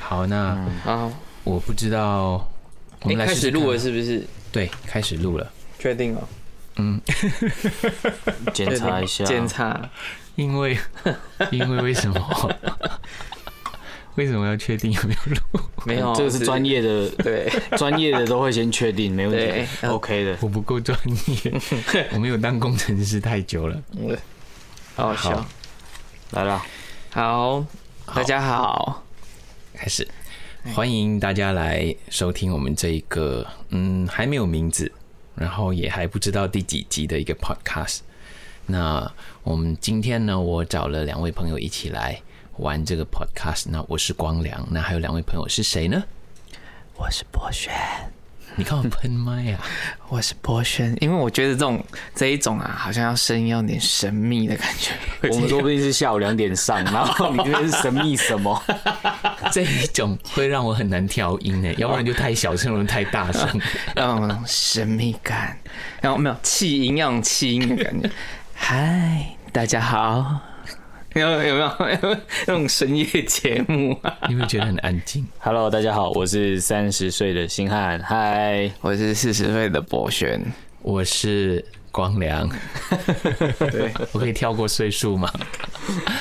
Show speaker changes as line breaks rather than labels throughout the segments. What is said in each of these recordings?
好，
啊
那
好，
我不知道，我
哎，
们来
开
试试
始录
看啊
了是不是？
对，开始录了，
确定哦，
嗯
检查一下，
检查。
因 为因为为什么？为什么要确定有没有录？
没有，
嗯这个是专业 的，
对
专业的都会先确定，没问
对
题，OK 的。
我不够专 业，我没有当工程师太久了。
对，好好笑。
来 啦，
好，大家好，
开始，欢迎大家来收听我们这一个嗯还没有名字，然后也还不知道第几集的一个 podcast。那我们今天呢，我找了两位朋友一起来玩这个 podcast。那我是光良，那还有两位朋友是谁呢？
我是博轩，
你看我喷麦啊！
我是博轩，因为我觉得这种这一种啊，好像要声音要有点神秘的感觉。
我们说不定是下午两点 上，然后你那边是神秘什么？
这一种会让我很难调音诶，要不然就太小声，要不然太大声。
让我有神秘感，然后没有气音，要有气音的感觉。嗨，大家好，有有没有有没有那种深夜节目啊？
你会觉得很安静。
Hello，大家好，我是三十岁的星汉，嗨，
我是四十岁的博轩，
我是光良，
对，
我可以跳过岁数吗？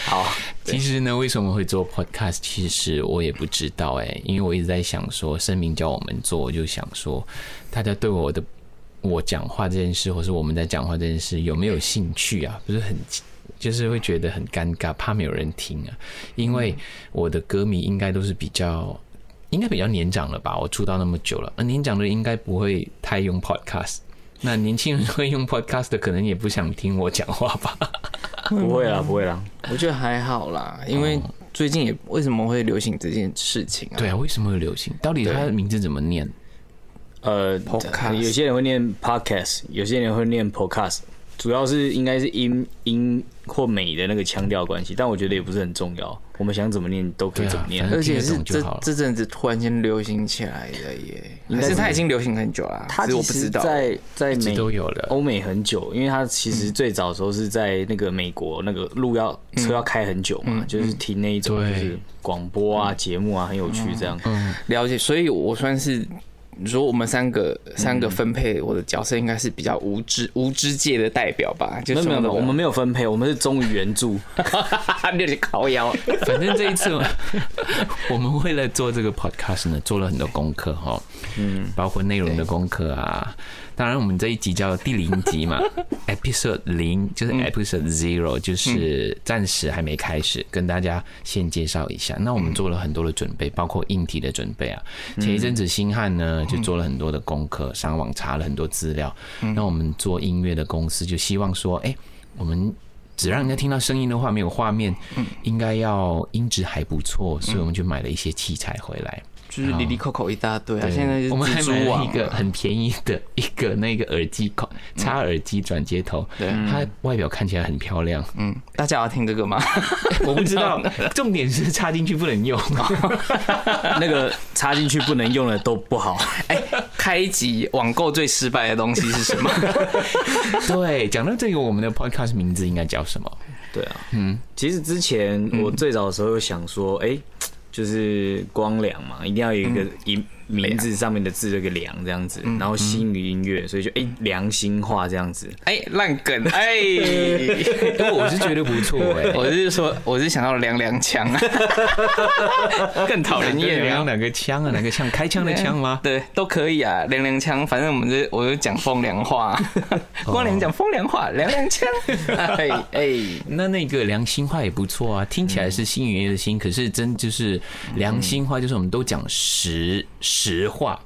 好，
其实呢，为什么会做 podcast？其实我也不知道哎、因为我一直在想说，声明叫我们做，我就想说，大家对我的我讲话这件事，或是我们在讲话这件事，有没有兴趣啊？不是很，就是会觉得很尴尬，怕没有人听啊。因为我的歌迷应该都是比较，应该比较年长了吧？我出道那么久了，呃而年长的应该不会太用 podcast。那年轻人会用 podcast 的，可能也不想听我讲话吧？
不会啦，不会啦，
我觉得还好啦，因为最近也为什么会流行这件事情啊？
对啊，为什么会流行？到底它的名字怎么念？
呃
Podcast
有些人会念 podcast，有些人会念 podcast，主要是应该是音音或美的那个腔调关系，但我觉得也不是很重要，我们想怎么念都可以
对啊
怎么念
反。正
而且是
听得懂就
这
好了
这阵子突然间流行起来的耶，
应
可
该是
是它已经流行很久了，
它
只
其
是
实
我不知道。欸
在在
这
美
都有了。
欧美很久，因为它其实
嗯
最早的时候是在那个美国那个路要车要开很久
嗯
嘛，就是听那一种就
对
是广播啊节目啊很有
哦
趣这样。
了解，所以我算是你说我们三个三个分配我的角色应该是比较无知无知界的代表吧？就
没有
是
没有没有，我们没有分配，我们是忠于原 著。
有点靠腰，
反正这一次 嘛，我们为了做这个 podcast 呢，做了很多功课哈，嗯，包括内容的功课啊。当然，我们这一集叫第零集嘛，episode 零就是 episode zero，、就是暂时还没开始，跟大家先介绍一下。那我们做了很多的准备，包括硬体的准备啊。前一阵子星汉呢就做了很多的功课，上网查了很多资料。那我们做音乐的公司就希望说，哎、我们只让人家听到声音的话，没有画面，
嗯
应该要音质还不错，所以我们就买了一些器材回来。
就是里里扣扣一大堆啊！现在就是
我们还
蜘
买
蛛
了
网
一个
啊
很便宜的一个那个耳机孔插耳机转接头，它外表看起来很漂亮。
嗯，大家要听这个吗？
我不知 道，重点是插进去不能用。
那个插进去不能用的都不 好，
哎，开一集网购最失败的东西是什么？
对，讲到这个，我们的 podcast 名字应该叫什么？
对啊，嗯，其实之前
嗯
我最早的时候有想说，哎、就是光良嘛，一定要有一个
嗯
名名字上面的字，有一个良这样子，然后心于音乐，所以就哎、良心话这样子。
哎，烂梗！哎，
因为我是觉得不错哎、
我是说，我是想要凉凉枪啊，更讨人厌
两
了。
两个枪啊，哪个枪？开枪的枪吗？
对，都可以啊，凉凉枪，反正我们这我就讲风凉话，光良讲风凉话，凉凉枪，哎哎，
那那个良心话也不错
嗯
啊，听起来是星爷的心，可是真就是良心话，就是我们都讲实实话，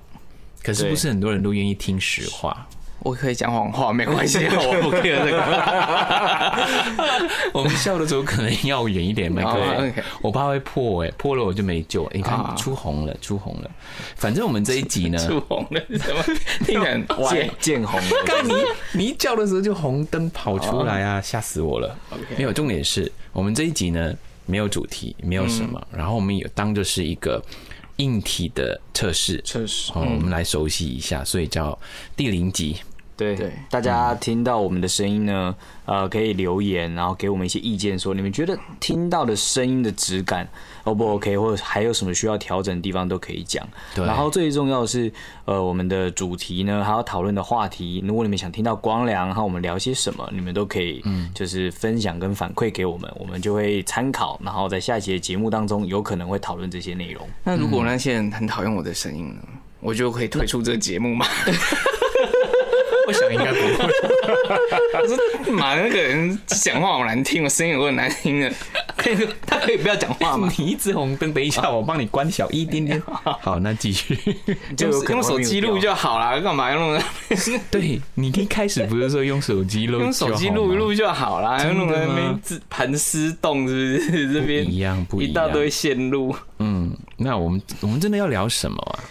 可是
对
不是很多人都愿意听实话。
我可以讲谎话，没关系，我不 care 这个。
我们笑的时候可能要远一点麦克
哦
风
，OK，
我怕会破哎、破了我就没救。哎你看
啊
出红了，出红了。反正我们这一集呢，
出红了是什么？听人
见
贱。
见红，
干你！你一叫的时候就红灯跑出来
哦
啊，吓死我了。没有，重点是我们这一集呢没有主题，没有什么，
嗯
然后我们也当做是一个硬体的测试，
测试嗯
哦，我们来熟悉一下，所以叫第零集。
对
对
大家听到我们的声音呢，呃，可以留言，然后给我们一些意见，说你们觉得听到的声音的质感 O 不 OK，或者还有什么需要调整的地方都可以讲。
对
然后最重要的是，呃，我们的主题呢，还有讨论的话题，如果你们想听到光良和我们聊些什么，你们都可以，
嗯
就是分享跟反馈给我们，我们就会参考，然后在下一期的节目当中，有可能会讨论这些内容。
那如果那些人很讨厌我的声音呢？我就可以退出这个节目吗？
我想应该不会。
我说妈，那个人讲话好难听，我声音有够难听的，可以他可以不要讲话吗？
你一直红灯，等一
啊
下我帮你关小一点 点。好，那继续。
就有可能
用
会
手机录
mute 掉
就好啦，干嘛要弄？
对你一开始不是说用手机录，
用手机录一录就好啦，
真的
弄
吗
在那边自盘丝洞是不是？ 这边
一样不一样
一大堆线路，
嗯，那我们我们真的要聊什么啊？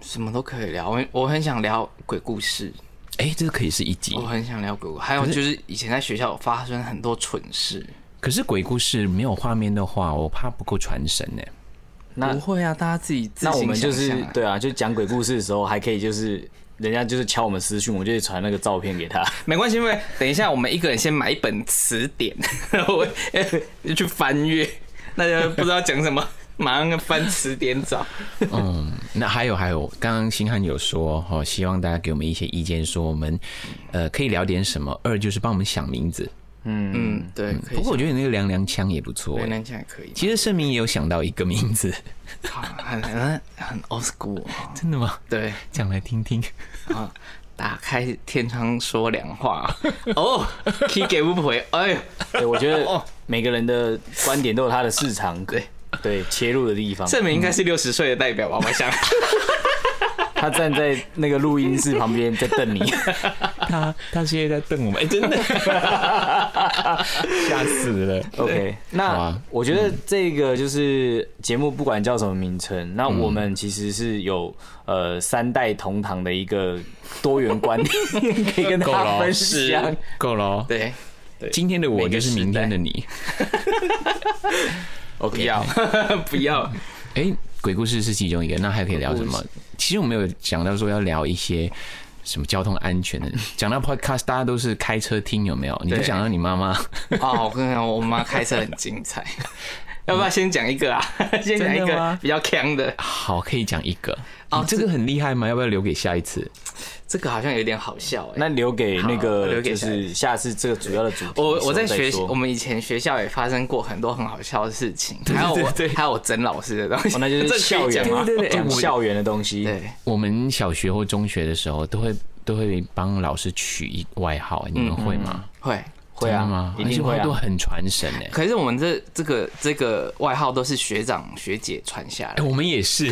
什么都可以聊。我我很想聊鬼故事，
哎、这个可以是一集
我，很想聊鬼故事，还有就是以前在学校发生很多蠢事。
可是鬼故事没有画面的话，我怕不够传神欸呢、
那
不会啊，大家自己自
那我
行
们
想
就是
象啊。
对啊，就讲鬼故事的时候，还可以就是人家就是敲我们私讯，我就会传那个照片给他。
没关系，因为等一下我们一个人先买一本词典， 然后我去翻阅，那就不知道讲什么， 马上翻词典找。
嗯，那还有还有，刚刚星汉有说哦，希望大家给我们一些意见，说我们呃可以聊点什么。二就是帮我们想名字，
嗯，对，可以。
不过我觉得你那个凉凉腔也不错
对
哎、
那这样也可以，
其实盛明也有想到一个名字，
好很很很 old school 哦。
真的吗？
对
讲来听听。
啊，打开天窗说凉 话哦，key 给不回，哎呦，
对，我觉得每个人的观点都有他的市场，对对，切入的地方。
证明应该是六十岁的代表吧？我想，
他站在那个录音室旁边在瞪你，
他他现在在瞪我们，哎、真的 吓死了。
OK，
好
那
啊
我觉得这个就是节目，不管叫什么名称，那我们其实是有呃三代同堂的一个多元观念，可以跟大
够了
家
哦
分
是
享。
够了哦，
对，
今天的我就是明天的你。
不要 不要，
哎、鬼故事是其中一个，那还可以聊什么？其实我们有讲到说要聊一些什么交通安 全的。讲到 podcast，大家都是开车听，有没有？你就
对
想到你妈 妈，
哦，我跟你讲，我妈开车很精彩。 要不要先讲一个 啊？先讲一
真的
个
吗
比较强的，
好，可以讲一个。
哦
你这个很厉害吗？要不要留给下一次？
这个好像有点好笑哎、
那留给那
好留
个
给
就
下
是下次这个主要的主题的时候
我
再说，
我在学，我们以前学校也发生过很多很好笑的事情，还有我还有我整老师的东西，
哦，那就 是
这可以
校园
讲
嘛
吗，
对对对哎
讲
我
校园的东西。
对，
我们小学或中学的时候，都会都会帮老师取一外号，你们会吗？
会。
会
真
啊
的嗯吗？
一定会啊
而且都很传神哎、
可是我们这这个这个外号都是学长学姐传下来
哎、
的，
我们也是、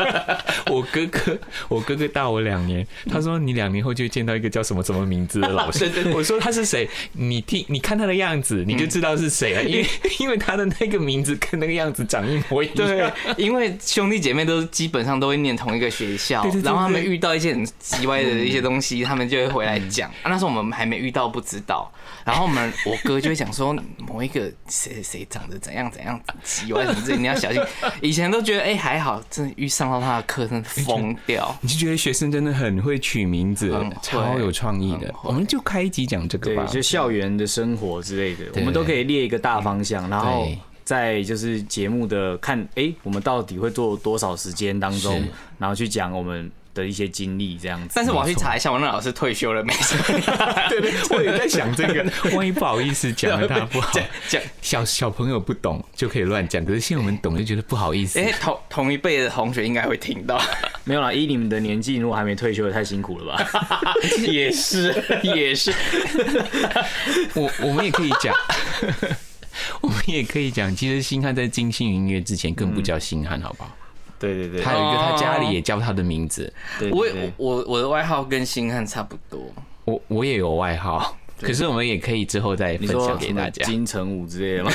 我哥哥，我哥哥大我两年，他说你两年后就会见到一个叫什么什么名字的老 师。我说他是谁？你听，你看他的样子，你就知道是谁了，
嗯
因为因为他的那个名字跟那个样子长一模一样。
对，因为兄弟姐妹都基本上都会念同一个学校，
对对对
然后他们遇到一些很奇歪的一些东西，他们就会回来讲。
嗯
啊、那时候我们还没遇到，不知道。然后我们我哥就会讲说，某一个谁谁长得怎样怎样奇歪什么之类，你要小心。以前都觉得哎、还好，真的遇上到他的课，真的疯掉。
你就觉得学生真的很会取名字
很会，
超有创意
很
的
嗯会。
我们就开一集讲这个
对，
吧。
就校园的生活之类的，我们都可以列一个大方向，然后
对
在就是节目的看，哎、我们到底会做多少时间当中
是，
然后去讲我们的一些经历这样子。
但是我要去查一下，我那老师退休 了没？
啊对对，我也在想这个， 万一不好意思讲了他不好，
讲
小小朋友不懂就可以乱讲，可是现在我们懂就觉得不好意思
哎、。同同一辈的同学应该会听到，
没有啦，以你们的年纪，如果还没退休，也太辛苦了吧？
也是也是，
我我们也可以讲，我们也可以讲，其实星汉在金星音乐之前更不
嗯
叫星汉，好不好？
对对对，
他有一个，他家里也叫他的名字。
对对
我
对
我我的外号跟星汉差不多，
我我也有外号，可是我们也可以之后再
你
分
说
享给大家
什么。金城武之类的吗？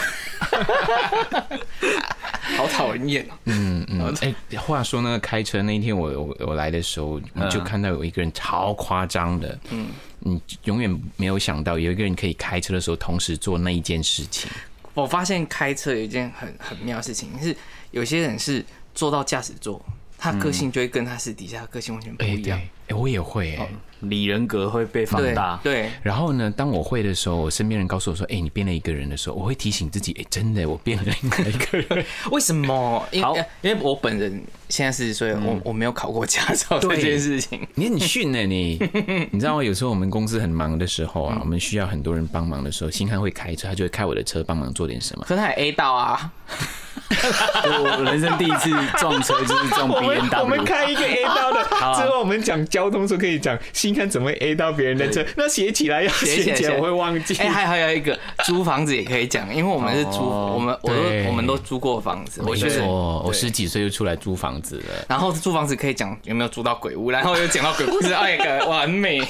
好讨人厌哦。
嗯嗯，哎、话说那个开车那一天我，我我来的时候，我
嗯
就看到有一个人超夸张的，嗯，你永远没有想到有一个人可以开车的时候同时做那一件事情。
我发现开车有一件很很妙的事情，是有些人是坐到驾驶座，他个性就会跟他私底下的个性完全不
哎、
一样。
啊
对，哎，我也会
哦
哎。
李人格会被放
对
大，
对，
然后呢，当我会的时候，我身边人告诉我说：“哎、你变了一个人的时候，我会提醒自己，哎、真的，我变了另外一个人。
为什么？因
好
为因为我本人现在四十岁，我我没有考过驾照这
对
件事情。
你很逊呢、你。你知道吗？有时候我们公司很忙的时候啊，我们需要很多人帮忙的时候，星汉会开车，他就会开我的车帮忙做点什么。
可是他也 A 到啊，
我人生第一次撞车就是撞 B N W，
一个 A 到的，之后我们讲交通时候可以讲星汉怎么 A 到别人的车，那写起来要
写起来写
忘记
哎、还还有一个租房子也可以讲，因为我们是租，
哦
我们我
对
都我们都租过房子，我
没
就是
错，我十几岁就出来租房子了。
然后租房子可以讲有没有租到鬼屋，然后又讲到鬼 故事，哎呀，完美，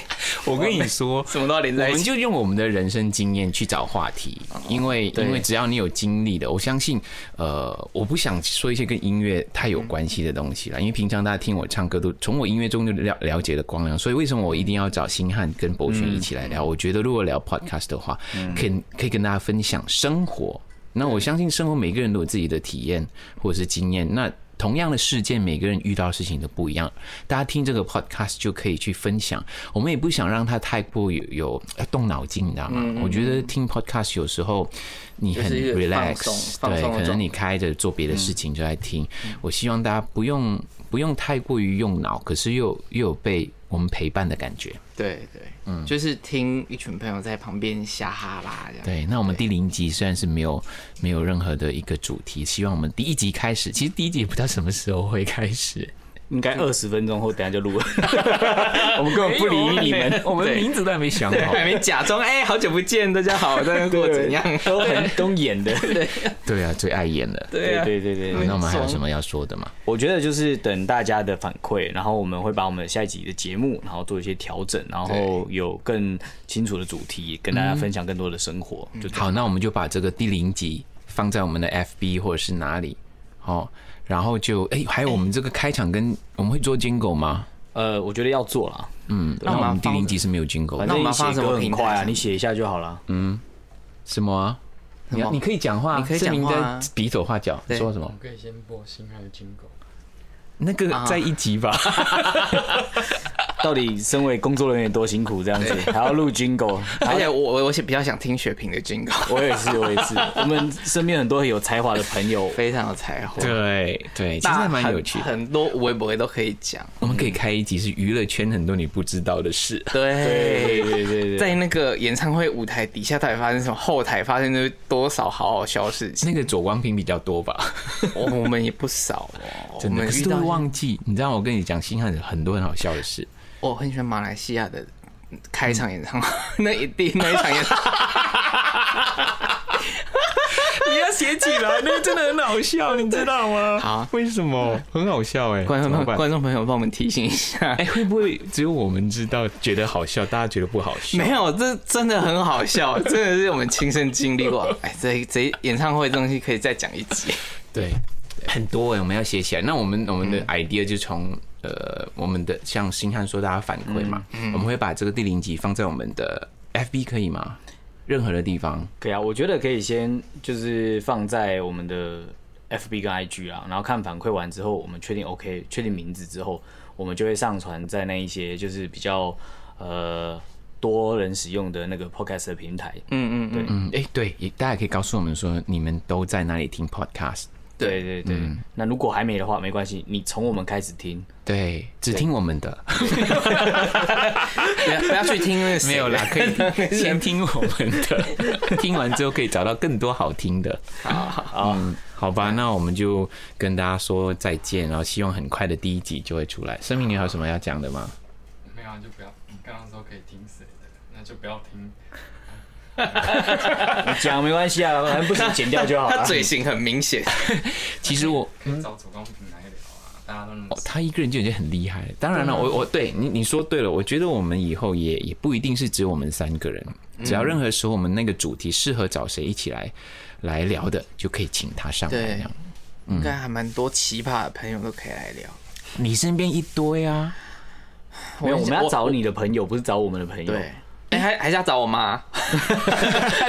我跟你说，
什么都要连
我
在一
们
起。
就用我们的人生经验去找话题，因为因为只要你有经历的，我相信，呃，我不想说一些跟音乐太有关系的东西啦，因为平常大家听我唱歌都从我音乐中就了了解了光良，所以为什么我一定要找星汉跟博轩一起来聊？我觉得如果聊 podcast 的话，可以可以跟大家分享生活。那我相信生活每个人都有自己的体验或者是经验，那。同样的事件，每个人遇到的事情都不一样。大家听这个 podcast 就可以去分享。我们也不想让它太过有有要动脑筋，你知道吗？我觉得听 podcast 有时候你很
嗯就是一个放
relax，
松放
对，
松的
可
状嗯
能你开着做别的事情就在听。我希望大家不用不用太过于用脑，可是又又有被我们陪伴的感觉。
对对，嗯，就是听一群朋友在旁边瞎哈啦这样。
对，那我们第零集虽然是没有没有任何的一个主题，希望我们第一集开始，其实第一集也不知道什么时候会开始。
应该二十分钟后等下就录了，我们根本不理你们，
我们
对
名字都还没想好。
还没假装哎、好久不见，大家好，大家过得 怎样？
都很都演的，
对啊，最碍眼了。
对
对
啊，
对对对
那我们还有什么要说的吗？
我觉得就是等大家的反馈，然后我们会把我们下一集的节目，然后做一些调整，然后有更清楚的主题，跟大家分享更多的生活。
嗯
就
好，那我们就把这个第零集放在我们的 FB 或者是哪里，哦，然后就哎、还有我们这个开场跟我们会做 jingle 吗？
呃，我觉得要做啦，
嗯，那
那我
我
们
们第
放
零集是没有 jingle，
反
的
那
正
我
你
们
写
放什
歌
么
很
平台嗯
快啊，
上
你写一下就好了。
什么啊？你要
什么
你可以讲话啊，
你可以
证明
讲话啊
在比手画脚，
对
说什么
我？可以先播新海的金狗，
那个
啊
在一集 吧。
到底身为工作人员多辛苦这样子，还要录 jingle，
而且我我我比较想听雪萍 的 Jingle，
我也是，我也是。我们身边很多有才华的朋 友，
非常有才华，
对对，其实
大
还蛮有趣的。
很很多微博都可以讲。
我们可以开一集是娱乐圈很多你不知道的事。
对
对，
对对对，
在那个演唱会舞台底下到底发生什么，后台发生了多少好好笑的事 情，
那个左光平比较多吧，
我我们也不少哦。我
真的，
们
可是
遇
都
到
会忘记。你知道我跟你讲，星汉有很多很好笑的事。
我很喜欢马来西亚的开场演 唱会，那一定那一场演唱 会，
你要写起来， 那个真的很好 笑，你知道吗？
好啊
为什么？很好笑哎、
观
怎么
众
办
观众朋友帮我们提醒一下
哎、。会不会只有我们知道，觉得好笑，大家觉得不好笑？
没有，啊这真的很好笑，真的是我们亲身经历 过。哎，这这演唱会的东西可以再讲一集。
对，嗯很多哎、我们要写起来。那我们我们的 idea 就从呃我们的像星汉说大家反馈嘛，我们会把这个第零集放在我们的 FB 可以吗？任何的地方。
可以啊。我觉得可以先就是放在我们的 FB 跟 IG 啦，然后看反馈完之后，我们确定 OK，确定名字之后，我们就会上传在那一些就是比较呃多人使用的那个 Podcast 的平台。
嗯嗯嗯，
嗯，哎、对，也大家也可以告诉我们说你们都在哪里听 podcast。
对对对，那如果还没的话，没关系，你从我们开始听。
对，只听我们的，
不要不要去听那个谁
没有啦， 可以先听我们 的，听完之后可以找到更多好听的。好，嗯，好吧，那我们就跟大家说再见，然后希望很快的第一集就会出来。生命，你还有什么要讲的吗？
没有啊，就不要。你刚刚说可以听谁的，那就不要听。
讲没关系啊，反正不行剪掉就好
他
了。
嘴型很明显，
其实我
可以找左光平来聊啊，大家都那啊么
哦，他一个人就已经很厉害了。当然了，我我对你你说对了，我觉得我们以后也也不一定是只有我们三个人，
嗯
只要任何时候我们那个主题适合找谁一起来来聊的，就可以请他上来
对
这样。
应该还蛮多奇葩的朋友都可以来聊。
你身边一堆 啊，
没有，我们要找哦
我
你的朋友，不是找我们的朋友。
对，哎，还还是要找我 妈。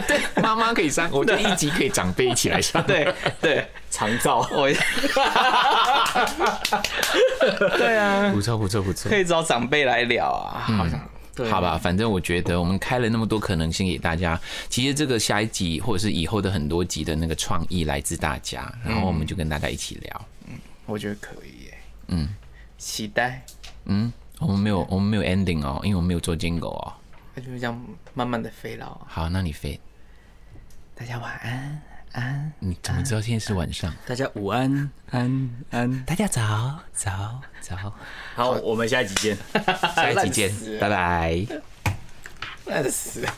对，妈妈可以 上，我觉得一集可以长辈一起来上。
对对，
长照，
我对啊，
不错不错不错
可。以找长辈来聊啊，好像对
好吧，反正我觉得我们开了那么多可能性给大家。其实这个下一集或者是以后的很多集的那个创意来自大家，然后我们就跟大家一起聊。
我觉得可以耶，嗯，期待，
嗯，我们没有我们没有 ending 哦，因为我们没有做金狗哦。
那就这样慢慢的飞了啊，
好，那你飞，
大家晚安， 安，
你怎么知道现在是晚上？
大家午安，安安。
大家早早早，
好，我们下一集见。
下一集见，拜拜。
烂死了。